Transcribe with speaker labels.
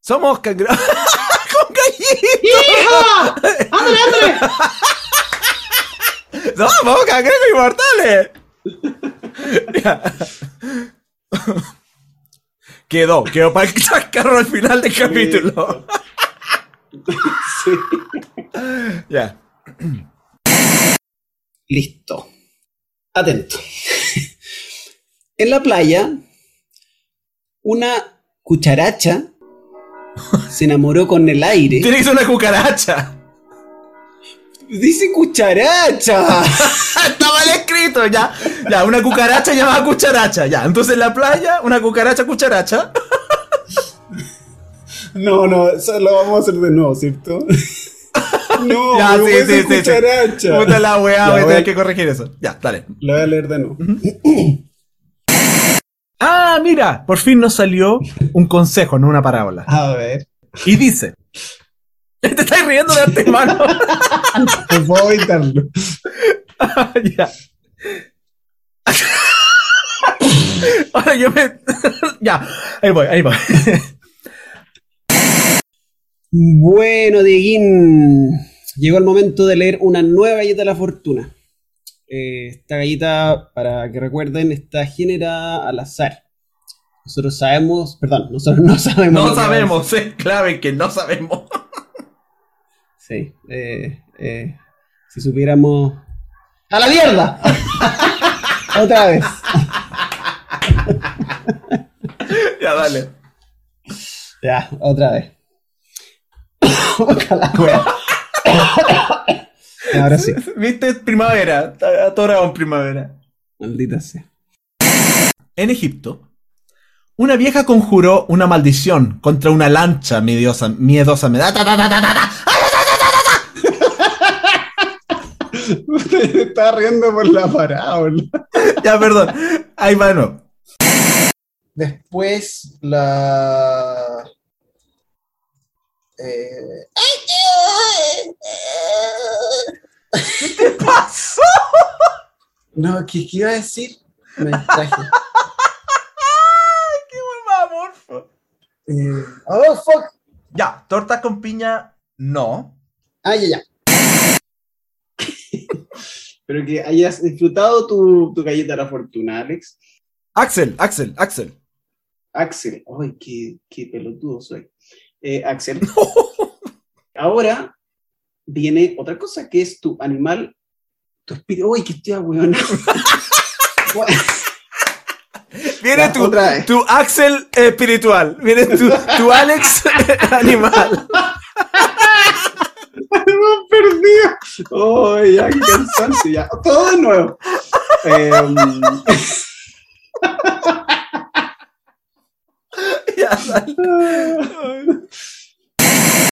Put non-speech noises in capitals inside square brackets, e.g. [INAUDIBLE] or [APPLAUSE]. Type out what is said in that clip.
Speaker 1: Somos cangrejos. [LAUGHS] ¡Con gallito!
Speaker 2: ¡Hija! ¡Ándale, ándale!
Speaker 1: ¡Somos cangrejos inmortales! Ya. [LAUGHS] quedó, quedó para el chascarro al final del capítulo.
Speaker 2: [LAUGHS]
Speaker 1: [LAUGHS]
Speaker 2: Sí.
Speaker 1: Ya.
Speaker 2: Listo. Atento. [LAUGHS] En la playa, una cucharacha se enamoró con el aire.
Speaker 1: Tiene que ser una cucaracha. [LAUGHS]
Speaker 2: Dice cucharacha.
Speaker 1: Está mal escrito, ya. Ya, una cucaracha llamada cucharacha. Ya, entonces en la playa, una cucaracha, cucharacha.
Speaker 2: [LAUGHS] No, no, eso lo vamos a hacer de nuevo, [LAUGHS] ¿cierto? No,
Speaker 1: ya,
Speaker 2: no puede ser cucharacha.
Speaker 1: Puta la weá,
Speaker 2: Ya,
Speaker 1: voy a
Speaker 2: voy
Speaker 1: tener
Speaker 2: a-
Speaker 1: que corregir eso. Ya, dale.
Speaker 2: Lo voy a leer de nuevo.
Speaker 1: Ah, mira, por fin nos salió un consejo, no una parábola.
Speaker 2: A ver.
Speaker 1: Y dice: Te estás riendo de antemano.
Speaker 2: No puedo evitarlo.
Speaker 1: [LAUGHS] ya. Ahora yo me. ya, ahí voy, ahí voy.
Speaker 2: Bueno, Dieguín, llegó el momento de leer una nueva galleta de la fortuna. Eh, esta galleta, para que recuerden, está generada al azar. Nosotros sabemos, perdón, nosotros no [LAUGHS] sabemos. lo
Speaker 1: No
Speaker 2: que va a
Speaker 1: sabemos, es clave que no sabemos. [LAUGHS]
Speaker 2: decir. Sí, eh, eh, si supiéramos. ¡A la mierda! [LAUGHS] Otra vez.
Speaker 1: ya, dale.
Speaker 2: Ya, otra vez. Ojalá,
Speaker 1: [LAUGHS]
Speaker 2: wea. Ahora [LAUGHS] sí,
Speaker 1: Viste, primavera, está atorado en primavera.
Speaker 2: maldita sea.
Speaker 1: En Egipto, una vieja conjuró una maldición contra una lancha miedosa. miedosa me da- ta, ta, ta, ta, ta, ta.
Speaker 2: Está riendo por la parábola.
Speaker 1: Ya, perdón. Ahí va de nuevo.
Speaker 3: Después la... eh,
Speaker 1: pasó?
Speaker 3: no, ¿qué, qué iba a decir? Me distraje. [LAUGHS] Eh, oh, fuck.
Speaker 1: Ya, tortas con piña, no.
Speaker 3: Ah, ya, ya. Espero que hayas disfrutado tu, tu galleta de la fortuna, Alex.
Speaker 1: Axel, Axel, Axel.
Speaker 3: Axel, ay, qué, qué pelotudo soy. Eh,
Speaker 1: [LAUGHS]
Speaker 3: Axel, ahora viene otra cosa que es tu animal, tu espíritu. Uy, que estoy
Speaker 1: [LAUGHS]
Speaker 3: ahueonado.
Speaker 1: Viene
Speaker 3: Ya,
Speaker 1: tu,
Speaker 3: otra vez.
Speaker 1: [LAUGHS] tu Axel espiritual. Viene tu, tu [LAUGHS] Alex animal.
Speaker 3: Hemos perdido. Oh, ya, qué cansancio, ya. Todo de
Speaker 1: [LAUGHS]
Speaker 3: nuevo. Em,
Speaker 1: Ya, dale.